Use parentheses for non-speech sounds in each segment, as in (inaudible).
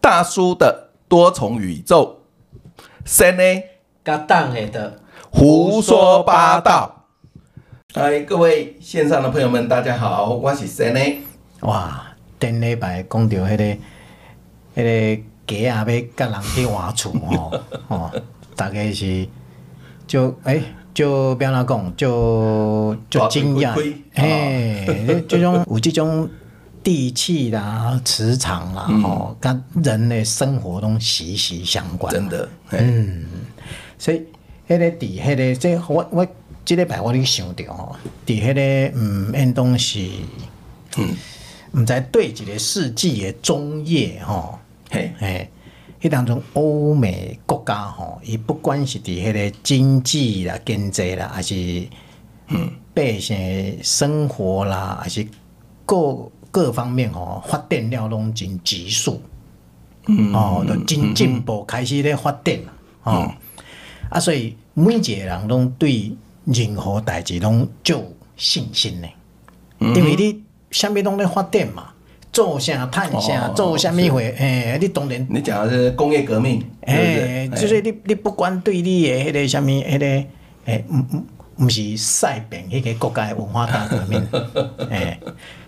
大叔的多重宇宙，三呢嘎当诶的，胡说八道。哎，各位线上的朋友们，大家好，我是三呢。哇！顶礼拜讲到迄、个迄、个鸡啊，要甲人去换厝 (laughs) 吼，吼，大概是就诶、就变哪讲，就就大惊讶开开，啊嘿，这 (laughs) 种有这种地气啦、磁场啦，嗯吼、跟人的生活都息息相关。真的，嗯，所以迄、个伫迄、个即我我即礼拜我咧想着吼，伫迄、个嗯，因当是，嗯，毋知对一个世纪的中叶吼，嘿，嘿，迄当中欧美国家吼，伊不管是伫迄个经济啦、经济啦，还是嗯百姓的生活啦，还是各各方面吼，发展了拢真急速，嗯，哦，就真进步，开始咧发展啦，哦，啊，所以每一个人拢对任何代志拢就信心咧。因为你啥物拢咧发展嘛，做啥趁啥，哦做啥物货，诶，哎你当然，你讲的是工业革命，诶对，哎不对？哎就是你你不管对你诶迄个啥物，迄个哎诶，毋毋毋是塞变迄个国家诶文化大革 (laughs) 命，诶，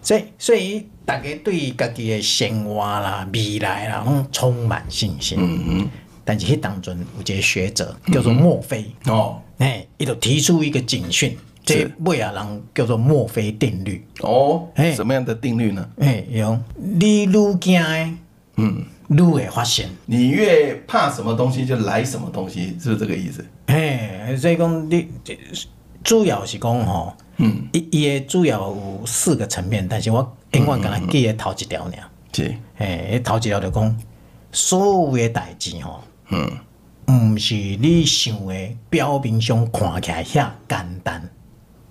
所以所以大家对家己诶生活啦、未来啦，拢充满信心。嗯但是迄当中有一个学者嗯叫做墨菲，哎哦哎，伊就提出一个警讯，这尾啊人叫做墨菲定律。哦嘿，什么样的定律呢？哎，有，你愈惊诶，嗯，愈会发现。你越怕什么东西，就来什么东西，是不是这个意思？嘿，所以讲你主要是讲吼，嗯，伊伊诶主要有四个层面，但是我永远敢若记诶头一条尔。是，嘿，迄头一条就讲，所有诶代志吼，嗯，毋是你想诶表面上看起来遐简单。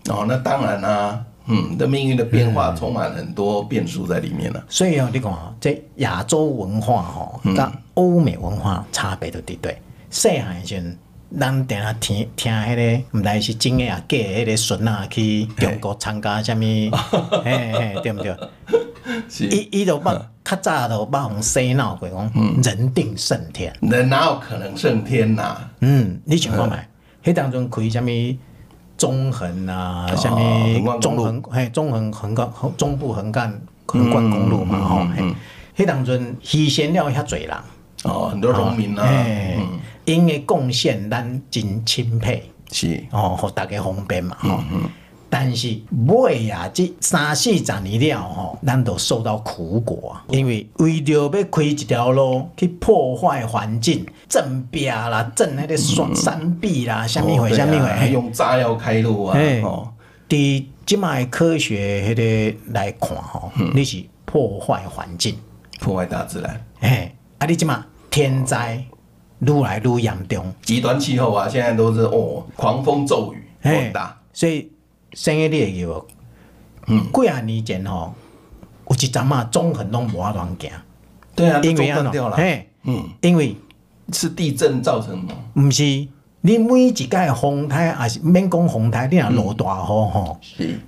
哦，那当然啦、嗯，你的命运的变化充满很多变数在里面了、啊所以哦，你讲哦，这亚洲文化吼、甲欧美文化差别就伫对。细汉的时阵，咱定啊听听迄、个，毋知是真诶啊假诶，迄个孙仔去中国参加啥物，嘿嘿，对毋对？是，伊伊就捌较早就捌互洗脑过，讲人定胜天。人哪有可能胜天呐、嗯，你想看觅，迄当中开啥物中横啊，啥横贯物公中路横，嘿，中横横贯横中部横贯横贯公路嗯嘛吼，嘿，迄当中牺牲了遐侪人，哦，很多农民呐、嘿，嗯因诶贡献咱真钦佩，是，吼，互哦大家方便嘛嗯吼。但是尾啊，即三四十年了吼，咱都受到苦果啊，因为为着要开一条路去破坏环境，镇壁啦、镇迄个山山壁啦，啥物嗯货、对啥物货，啊嘿用炸药开路啊嘿，哦，伫即卖科学迄个来看吼，嗯你是破坏环境，破坏大自然，嘿，啊你即卖天灾愈来愈严重，极端气候啊，现在都是哦，狂风骤雨，嘿很大，，所以生意你会记无？嗯，几啊年前吼，有一阵啊，中横拢无法乱行，对啊，因为都安断掉了，嘿，嗯，因为是地震造成的吗，毋是你每一届风台，也是免讲风台，你若落嗯大雨吼，是，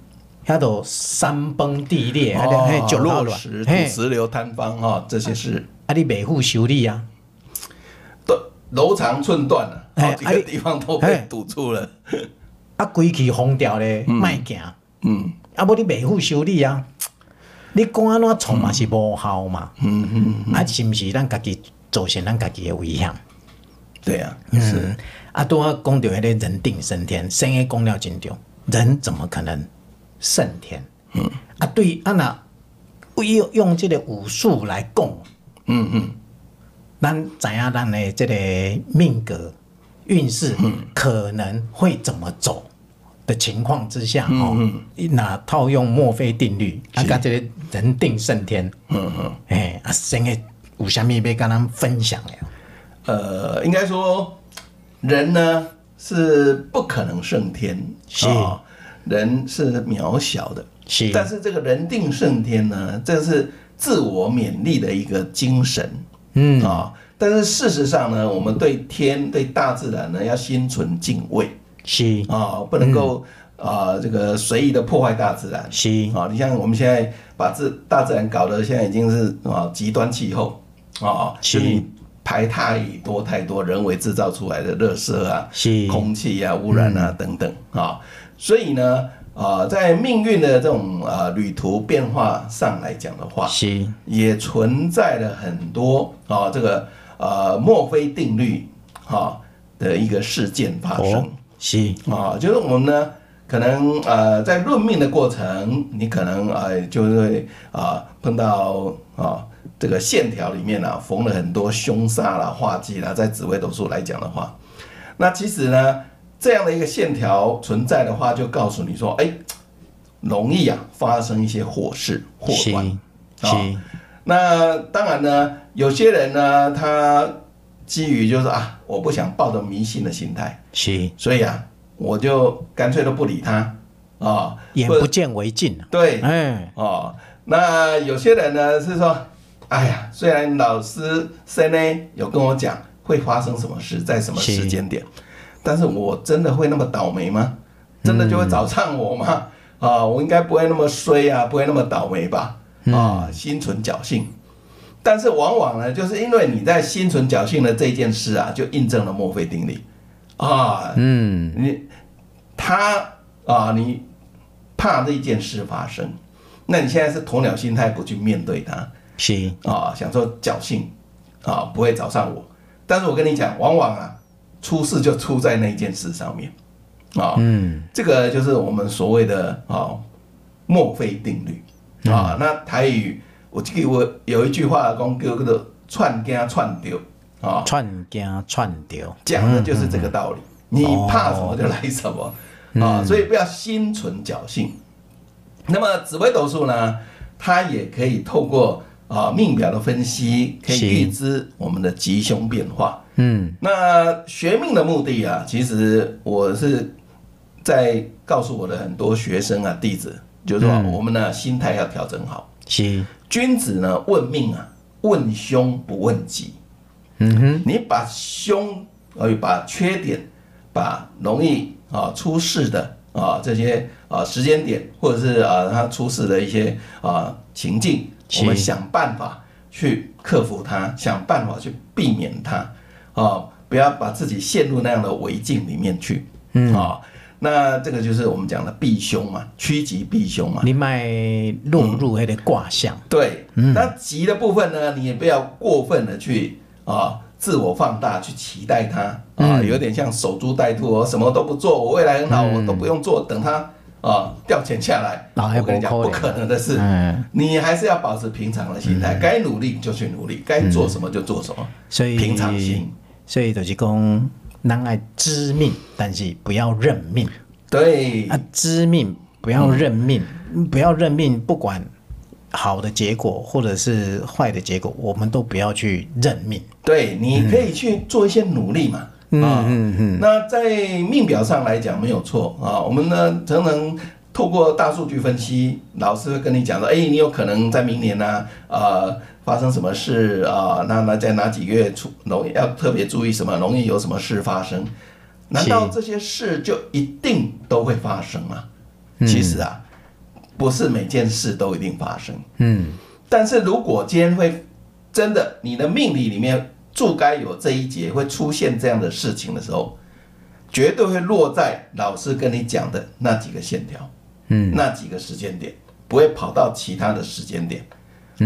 遐都山崩地裂，遐哦遐石头落乱石、，土啊嘿，石流塌方哈，这些是啊你袂赴修理啊，都楼长寸断了，嘿好几啊个你地方都嘿被堵住了，啊规气封掉咧，莫行，嗯啊无你袂赴修理啊，你讲安怎创嘛是无效嘛，嗯嗯，啊是毋是咱家己造成咱家己的危险？对啊，是，嗯，啊，拄啊讲到迄个人定胜天，生意讲了真对，人怎么可能胜天？嗯，啊对，啊那用用即个武术来讲，嗯嗯，咱知影咱的即个命格运势可能会怎么走的情况之下，哦，那套用墨菲定律，啊，甲即个人定胜天，嗯嗯，哎，啊，生意有啥物要跟咱分享的？呃，应该说人呢是不可能胜天，是啊人是渺小的，是但是这个人定胜天呢，这是自我勉励的一个精神，嗯啊、但是事实上呢，我们对天、对大自然呢，要心存敬畏是啊、不能够啊、这个随意的破坏大自然。嗯是，啊、你像我们现在把自大自然搞得现在已经是啊极端气候哦，就是你排太多太多人为制造出来的垃圾啊，是嗯空气啊污染啊等等啊、所以呢，呃，在命运的这种呃旅途变化上来讲的话，是也存在了很多啊、这个呃墨菲定律啊、的一个事件发生。哦是啊、就是我们呢，可能呃在论命的过程，你可能呃就会啊、碰到啊、这个线条里面啊缝了很多凶煞啦、化忌啦，在紫微斗数来讲的话，那其实呢这样的一个线条存在的话，就告诉你说，哎，容易啊发生一些祸事祸是端。是那当然呢，有些人呢，他基于就是啊，我不想抱着迷信的心态。是，所以啊，我就干脆都不理他啊，眼或不见为净啊。对哎，哦。那有些人呢是说，哎呀，虽然老师 C 呢有跟我讲会发生什么事，在什么是时间点，但是我真的会那么倒霉吗？真的就会找上我吗？嗯啊，我应该不会那么衰啊，不会那么倒霉吧？嗯啊，心存侥幸。但是往往呢，就是因为你在心存侥幸的这件事啊，就印证了墨菲定律啊。嗯，你他啊，你怕这件事发生，那你现在是鸵鸟心态不去面对它是啊，想说侥幸啊不会找上我，但是我跟你讲，往往啊出事就出在那件事上面啊，嗯，这个就是我们所谓的啊墨菲定律啊。那台语我记得我有一句话讲叫做串跟串丢啊，串惊串掉，讲的就是这个道理。你怕什么就来什么、啊，所以不要心存侥幸。那么紫微斗数呢，它也可以透过啊命表的分析，可是以预知我们的吉凶变化。嗯，那学命的目的啊，其实我是在告诉我的很多学生啊、弟子，就是说我们呢心态要调整好。是，君子呢问命啊，问凶不问吉。嗯哼，你把凶，呃，把缺点，把容易啊出事的啊这些啊时间点，或者是啊他出事的一些啊情境，是我们想办法去克服它，想办法去避免它，啊，不要把自己陷入那样的危境里面去，嗯啊。那这个就是我们讲的避凶嘛，趋吉避凶嘛。你卖落入迄个卦象，对，那急的部分呢，你也不要过分的去啊自我放大，去期待它啊，有点像守株待兔哦，什么都不做，我未来很好，我都不用做，等它啊掉钱下来，啊那我跟你讲，不不可可能的事。嗯，你还是要保持平常的心态，该努力就去努力，该做什么就做什么，所以平常心。所以就是讲，咱爱知命，但是不要认命对，啊，知命不要认命，嗯不要认命，不管好的结果或者是坏的结果，我们都不要去认命。对，你可以去做一些努力嘛。啊，嗯嗯，那在命表上来讲没有错啊，我们呢常常透过大数据分析，老师会跟你讲说，哎、你有可能在明年呢、呃，发生什么事啊、那那在哪几个月出容易要特别注意什么，容易有什么事发生？难道这些事就一定都会发生吗？其实啊，不是每件事都一定发生。嗯，但是如果今天会真的你的命理里面注该有这一节会出现这样的事情的时候，绝对会落在老师跟你讲的那几个线条，嗯，那几个时间点，不会跑到其他的时间点，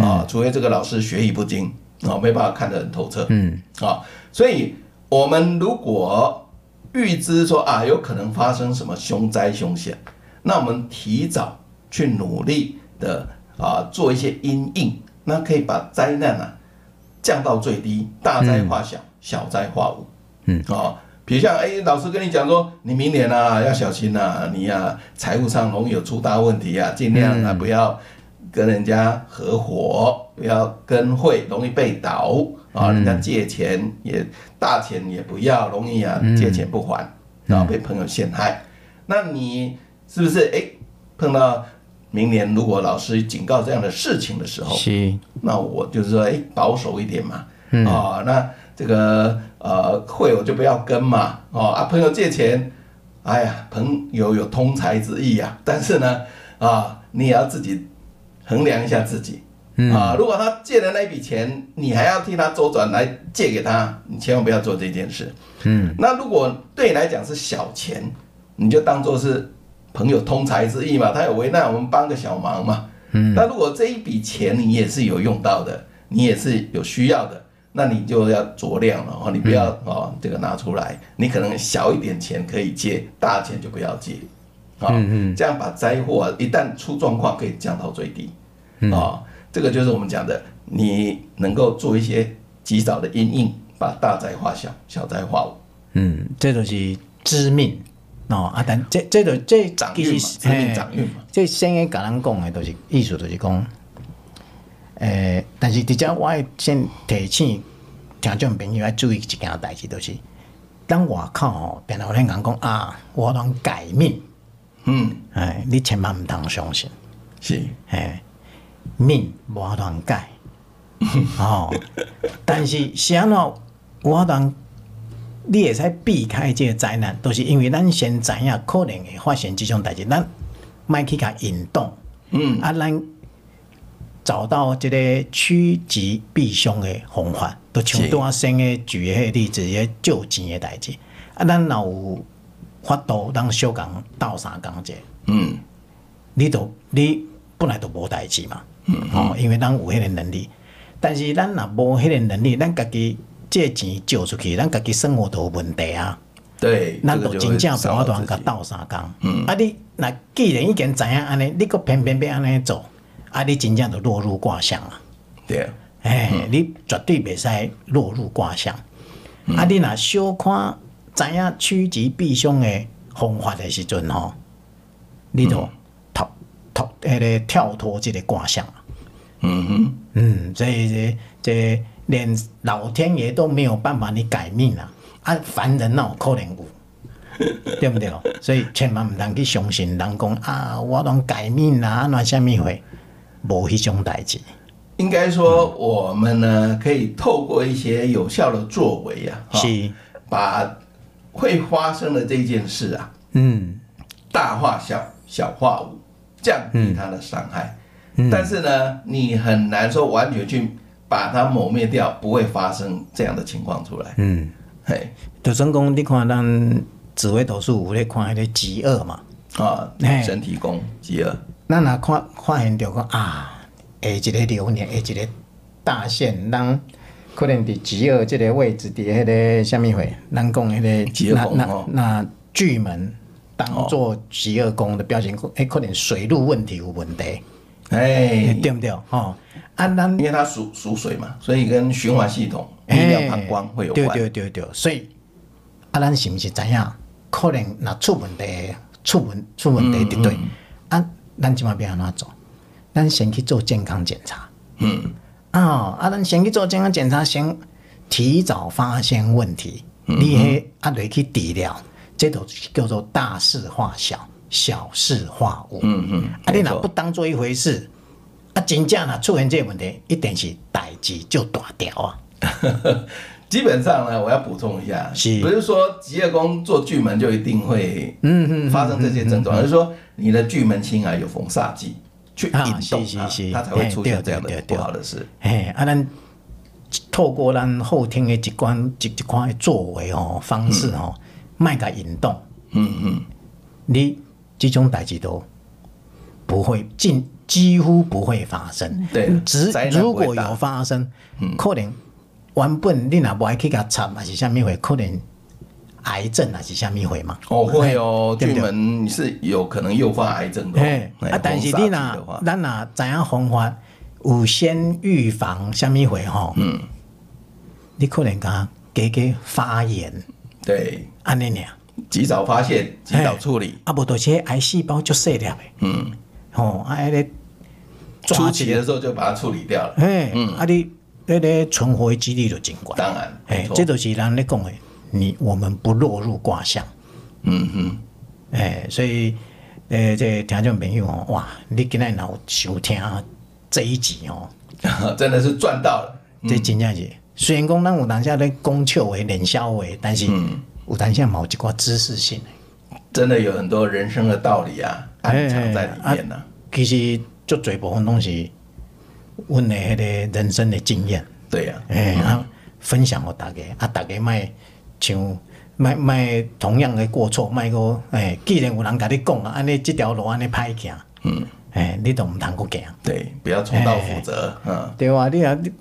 啊，除非这个老师学艺不精啊，没办法看得很透彻，嗯，啊，所以我们如果预知说啊，有可能发生什么凶灾凶险，那我们提早去努力的啊，做一些阴应，那可以把灾难啊降到最低，大灾化小，小灾化无。嗯，哦，比如像哎、老师跟你讲说，你明年啊要小心啊，你啊财务上容易有出大问题啊，尽量啊不要跟人家合伙，不要跟会，容易被倒啊，人家借钱也大钱也不要，容易啊借钱不还，然嗯后被朋友陷害。那你是不是哎、碰到明年如果老师警告这样的事情的时候，是，那我就是说，哎、保守一点嘛，啊、那这个呃会我就不要跟嘛，哦啊，朋友借钱，哎呀，朋友有啊通财之意呀、但是呢，啊，你也要自己衡量一下自己，啊，如果他借的那笔钱，你还要替他周转来借给他，你千万不要做这件事。嗯，那如果对你来讲是小钱，你就当做是朋友通财之意嘛，他有为难我们帮个小忙嘛。嗯，那如果这一笔钱你也是有用到的，你也是有需要的，那你就要酌量了哦，你不要、哦这个拿出来，你可能小一点钱可以借，大钱就不要借。啊、这样把灾祸啊一旦出状况可以降到最低，啊、这个就是我们讲的，你能够做一些及早的因应，把大灾化小，小灾化无。嗯，这就是知命哦。啊，但这这就这长其运嘛实知命嘿长运嘛这先给甲咱讲的，就是意思，就是讲，诶、但是伫遮我会先提醒听众朋友要注意一件代志，就是咱外口吼，别人有咧讲讲啊，我通改命，嗯，哎，你千万毋通相信。是，嘿，命无法度 (laughs) 改，哦，但是是安怎有法度，你会使避开即个灾难，都、是因为咱先知影可能会发生即种代志，咱莫去甲引动，嗯，啊，咱找到即个趋吉避凶的方法，都像是拄啊先诶举迄个例子，迄救钱诶代志，啊，咱若有法度，咱小共斗相共者。嗯，你都你本来都无代志嘛，嗯哦，因为咱有迄个能力，但是咱若无迄个能力，咱家己借钱借出去，咱家己生活都有问题啊，对，咱这个嗯都就真会正无伤法到度自甲己。斗相共。啊你若既然已经知影安尼，你阁偏偏要安尼做，啊你真正就落入卦象啊。对啊，哎、你绝对袂使落入卦象。啊，你若小看知影趋吉避凶的方法的时阵吼，你就脱脱迄个跳脱即个卦象。嗯哼，嗯，这这这连老天爷都没有办法你改命啊！啊，凡人哪有可能有？对不对？所以千万毋通去相信人讲啊，我拢改命啊，安怎啥物货，无迄种代志。应该说我们呢可以透过一些有效的作为呀、啊，哈是，把会发生的这件事啊，嗯大化小，小化无，降嗯低它的伤害。但是呢，你很难说完全去把它抹灭掉，不会发生这样的情况出来。嗯。嘿，就算讲你看咱紫微斗数有咧看迄个极恶嘛，啊嘿，身体功饥饿，咱若看发现着讲啊，下一个流年，下一个大限，咱可能伫极恶即个位置，伫迄个什物会，咱讲迄、极个恶那宫那哦那巨门当做极恶宫的标签，诶、可能水路问题有问题，哎，对毋对？吼、啊，咱因为它属属水嘛，所以跟循环系统、力量、膀胱会有对关。哎对对对，所以啊，咱是毋是知影？可能若出问题，出问出问题对嗯对？啊，咱即马要安怎做？咱先去做健康检查。嗯啊、哦，啊，咱先去做健康检查，先提早发现问题，嗯你迄啊落去治疗，这都叫做大事化小，小事化无。嗯嗯，啊，你没错若不当做一回事，啊，真正若出现这个问题，一定是代志就大条啊。基本上呢，我要补充一下，是不是说极业宫做巨门就一定会嗯发生这些症状，而是说你的巨门星啊有逢煞忌去啊引动是它是是，它才会出现嘿对这样对的对对不好的事。嘿，啊，咱透过咱后天的一关一一款的作为吼、方式吼、卖甲引动，嗯嗯，你这种代志都不会近几乎不会发生。对只灾难如不会果大嗯有发生，可能原本你若无爱去甲插，还是啥物会，可能癌症还是啥物会嘛。哦会哦，对不巨对门是有可能诱发癌症的哦。嘿，哎啊，但是逢煞忌你的若话，咱若知影方法，有先预防什么会吼？嗯，你可能讲加加发炎，对，安尼尔，及早发现，及早嘿处理，啊，无就是那癌细胞就细粒的，嗯，吼，啊，迄个初抓期起，的时候就把它处理掉了。嘿，啊，你迄个存活的几率就真高。当然，啊没嘿，错哎这就是咱咧讲的，你我们不落入卦象。嗯嗯，诶，所以诶，这个听众朋友吼，哇，你今仔若有收听这一集吼， (laughs) 真的是赚到了。这真正是，虽然讲咱有当下咧讲笑话、冷笑话，但是有当下嘛有一寡知识性的。真的有很多人生哎的道理啊，暗藏在里面呢、其实足侪部分拢是阮的迄个人生的经验，对呀、哎、啊，分享互大家，啊，大家莫像莫莫同样的过错，莫个哎，既然有人甲你讲啊，安尼即条路安尼歹行，嗯，哎，你都毋通阁行。对，不要重蹈覆辙，嗯，对哇，你啊，你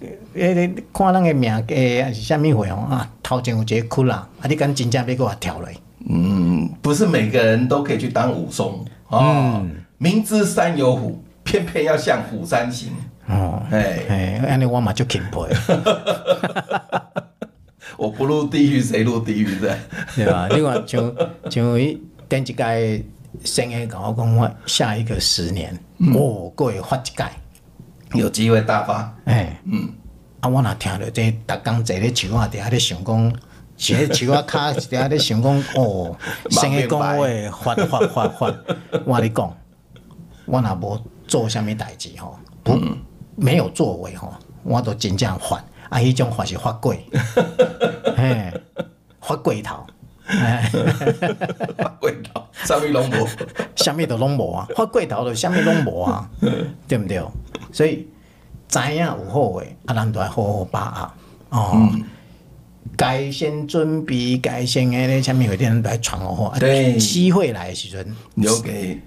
迄个看咱的命格还是啥物货哦啊，头前有一个窟窿，啊，你敢真正要给我跳落？嗯，不是每个人都可以去当武松哦。嗯明知山有虎，偏偏要向虎山行。哦，哎，哎，安尼我嘛就钦佩，我不入地狱谁入地狱的？ (laughs) 对吧？你看像像伊顶一届生诶，甲我讲我下一个十年，哦，过会发一届，有机会大发， (laughs) 哎，嗯，啊，我若听着这，逐工坐咧树啊，伫遐咧想讲。坐咧树啊，骹伫遐咧想讲，哦，生诶讲话发发发发，我跟你讲，我若无做啥物代志吼，不、没有作为吼，我都真正发，啊，迄种发是发过，嘿，发过头，哎嘿发贵头，上面龙 (laughs) 博，啥物都拢无啊，发过头就啥物拢无 (laughs) 啊，对毋对？所以知影有好诶，啊，咱就要好好把握哦。嗯该、先准备，该先迄个啥物有点来传互好，啊对机会来的时阵，留给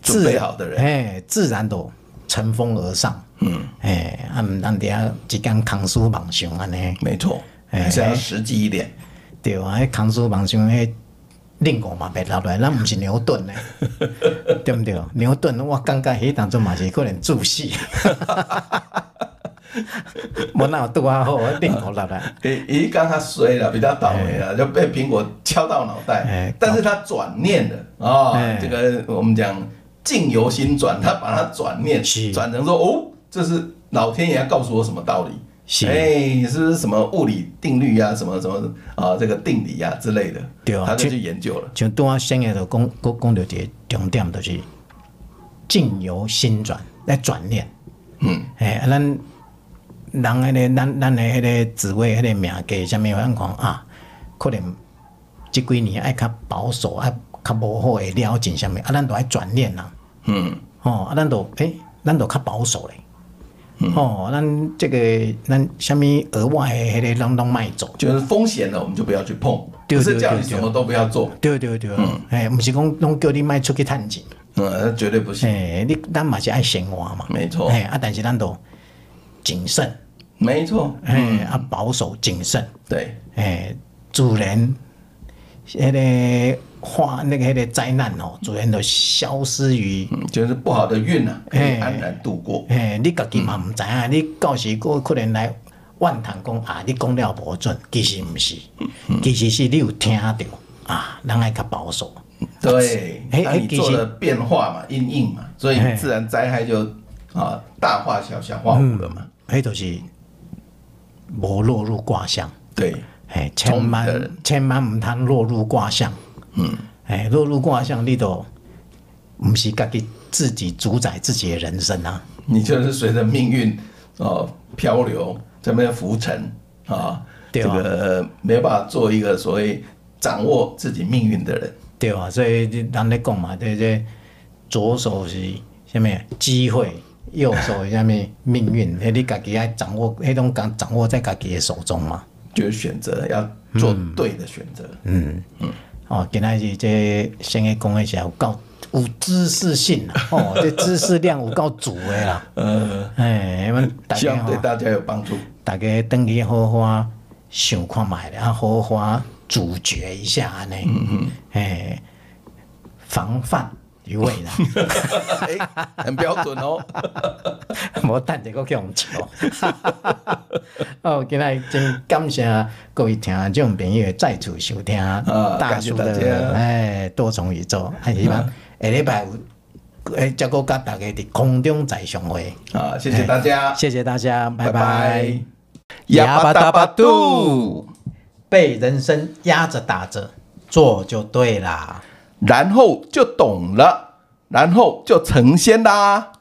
准自备好的人。哎，自然都乘风而上。嗯，哎，啊，毋通伫遐一工空思妄想安尼，没错，哎还是要实际一点。对啊，迄空思妄想，迄令我嘛袂落来，咱毋是牛顿呢，对毋对？牛顿，我感觉迄当中嘛是可能注死，无哪有拄啊好，令我落来，诶，伊刚他衰了，比较倒霉了，就被苹果敲到脑袋哎。但是他转念了啊、哎这个我们讲境由心转，他把它转念是转成说，哦，这是老天爷要告诉我什么道理？是哎，是不是什么物理定律啊，什么什么啊，这个定理啊之类的？对啊他就这去研究了。像拄啊先个就讲，讲讲到一个重点，就是境由心转，来转念。嗯，诶、啊咱人迄、个咱咱的迄个职位、迄、个名格，啥物咱讲啊，可能即几年爱较保守，爱较无好诶了解啥物，啊，咱都爱转念啦。嗯，哦，啊，咱都诶、咱都较保守咧。哦，咱这个咱啥物额外诶迄个咱拢卖做。就是风险了，我们就不要去碰，对不是对叫对你对什么都不要做，对对对，诶、毋、是讲拢叫你卖出去趁钱，嗯，绝对不行。诶、你咱嘛是爱生活嘛，没错诶、啊，但是咱都谨慎，没错，嗯诶、啊，保守谨慎，对，诶，自然迄、个化那个迄个灾难哦，自然就消失于嗯，就是不好的运啊，可以哎安然度过。诶、你家己嘛毋知影，你到时佫可能来怨叹讲啊，你讲了无准，其实毋是，嗯其实是你有听着啊，咱爱较保守，对，那哎你哎其做实了变化嘛，因应嘛，所以哎自然灾害就啊大化小，小化无了嘛。迄嗯就是无落入卦象，对，诶、聪千明的万人千万毋通落入卦象，嗯，诶、落入卦象，你都毋是家己自己主宰自己的人生啊。你就是随着命运哦漂流，在那边浮沉啊，对这啊个没办法做一个所谓掌握自己命运的人。对啊，所以你咱咧讲嘛，对这左手是啥物机会，右手是啥物命运，迄你家己爱掌握，迄种敢掌握在家己的手中嘛。就是选择要做对的选择，嗯哦，今仔日这先诶讲诶是有够有知识性啦，哦，这知识量有够足诶啦。呃，哎，阮大希家望吼对，大家有帮 (laughs) 助。大家登去好好想看卖咧，啊，好好咀嚼一下安尼。嗯嗯。哎，防范于未然。 (laughs) 哎，很标准 (laughs) 哦。无等者个叫人笑。 (laughs) 哦，今仔真感谢各位听众朋友再次收听大叔啊感谢大的家哎多重 (laughs) 宇宙，啊希望下礼拜有哎，再个甲大家伫空中再相会，啊，谢谢大家，谢谢大家，拜拜。哑巴大巴肚，被人生压着打着，做就对啦。然后就懂了，然后就成仙啦。